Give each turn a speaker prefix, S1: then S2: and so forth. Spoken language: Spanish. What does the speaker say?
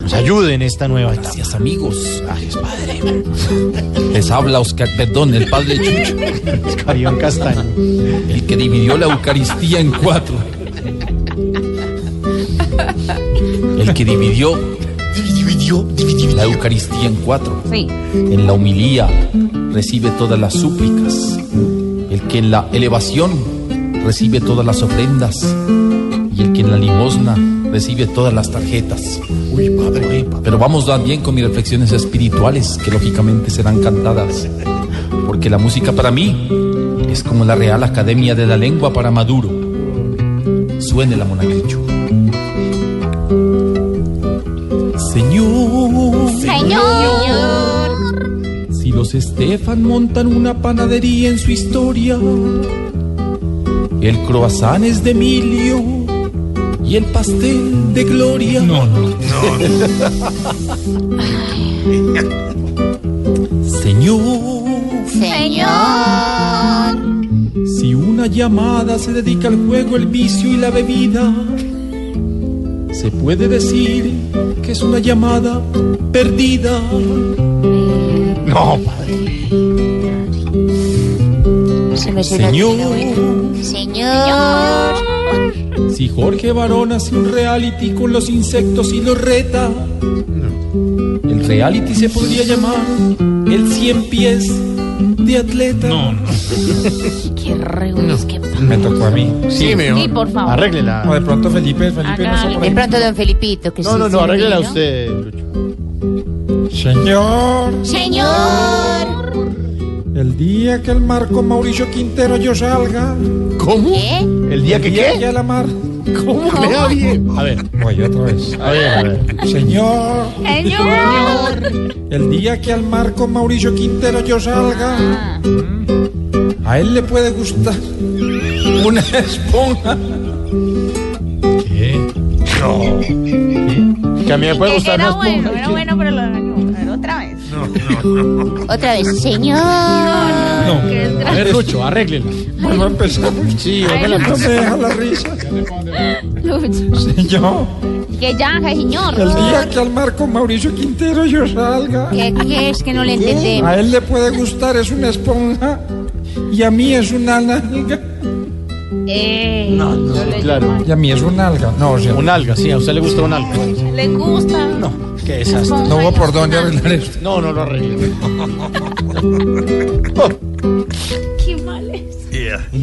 S1: Nos ayuden en esta nueva etapa.
S2: Gracias amigos. Ay, es padre. Les habla Oscar, perdón, el padre Chucho,
S1: Carión Castaño.
S2: el que dividió la Eucaristía en cuatro. El que dividió, dividió, dividió la Eucaristía en cuatro.
S3: Sí.
S2: En la humilía recibe todas las súplicas. El que en la elevación recibe todas las ofrendas. Y el que en la limosna recibe todas las tarjetas.
S1: Uy, padre.
S2: Pero vamos también con mis reflexiones espirituales, que lógicamente serán cantadas. Porque la música para mí es como la Real Academia de la Lengua para Maduro. Suene la monaguillo. Señor,
S3: Señor.
S2: si los Estefan montan una panadería en su historia, el croissant es de Emilio y el pastel de Gloria. No, no, Señor,
S3: Señor.
S2: si una llamada se dedica al juego, el vicio y la bebida, se puede decir que es una llamada perdida.
S1: No, padre.
S2: Señor,
S3: Señor.
S2: si Jorge Barón hace un reality con los insectos y los reta, el reality se podría llamar el 100 pies de atleta. No,
S3: Qué reúnes, qué pa-
S2: me tocó a mí.
S1: Sí,
S3: Sí, por favor.
S2: No,
S1: Arréglela.
S2: Ah, de pronto Felipe, Felipe no
S3: Hágale.
S2: soporta.
S3: De pronto, don Felipito, que
S1: No,
S3: sí
S1: no, no,
S3: se
S1: arréglela
S3: vino.
S1: usted, Lucho.
S2: Señor,
S3: Señor.
S2: el día que el Marco Mauricio Quintero yo salga,
S1: ¿Cómo?
S3: ¿Qué?
S1: ¿El día que qué?
S2: a la mar.
S1: ¿Cómo que le da bien? A ver,
S2: Voy otra vez.
S1: a ver, a ver.
S2: Señor,
S3: Señor.
S2: el día que al Marco Mauricio Quintero yo salga,
S3: Ah,
S2: a él le puede gustar una esponja.
S1: Que a mí me puede gustar
S4: Era
S1: más
S4: bueno, era bueno, pero lo dañó. A ver, otra vez.
S3: Otra vez, Señor.
S2: No,
S4: Qué
S1: A
S4: desgracia.
S1: ver, Lucho, arréglela.
S2: bueno, empezamos.
S1: Sí, arréglela.
S2: No me deja la risa.
S3: Lucho.
S2: Señor,
S3: Que ya, señor.
S2: el día que al Marco Mauricio Quintero yo salga,
S3: ¿Qué, qué es que no le entendemos?
S2: a él le puede gustar es una esponja y a mí es una nalga.
S3: Eh,
S1: Sí, claro.
S2: Y a mí es una alga. No, o sea,
S1: Un alga, sí, a usted le gusta un alga.
S4: Le gusta.
S1: Qué desastre.
S2: no hubo por dónde arreglar esto.
S1: No, no lo arregle.
S4: Qué mal es.